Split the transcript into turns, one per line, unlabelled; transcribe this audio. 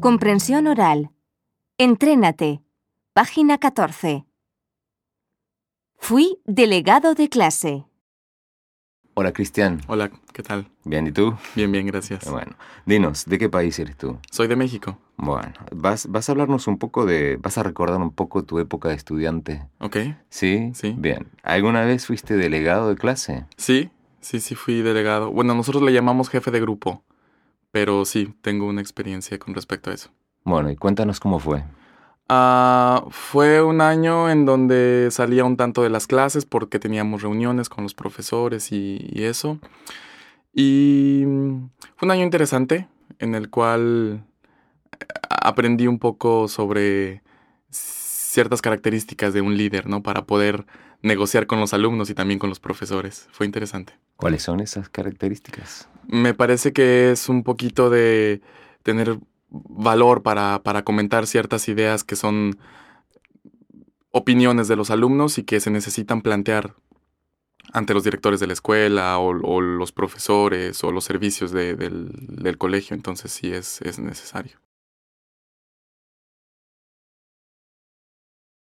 Comprensión oral. Entrénate. Página 14. Fui delegado de clase.
Hola Cristian,
Hola, ¿qué tal?
bien, ¿y tú?
Bien, bien, gracias.
Bueno, dinos, ¿de qué país eres tú?
Soy de México,
Bueno, vas, vas a hablarnos un poco de, vas a recordar un poco tu época de estudiante,
¿ok?
¿sí?
Sí.
Bien, ¿alguna vez fuiste delegado de clase?
Sí, sí, sí fui delegado. Bueno, nosotros le llamamos jefe de grupo, pero sí, tengo una experiencia con respecto a eso.
Bueno, y cuéntanos cómo fue.
Ah, fue un año en donde salía un tanto de las clases porque teníamos reuniones con los profesores y, y eso. Y mm, fue un año interesante en el cual eh, aprendí un poco sobre ciertas características de un líder, ¿no? Para poder negociar con los alumnos y también con los profesores. Fue interesante.
¿Cuáles son esas características?
Me parece que es un poquito de tener valor para, para comentar ciertas ideas que son opiniones de los alumnos y que se necesitan plantear ante los directores de la escuela o, o los profesores o los servicios de- del, del colegio. Entonces sí es, es necesario.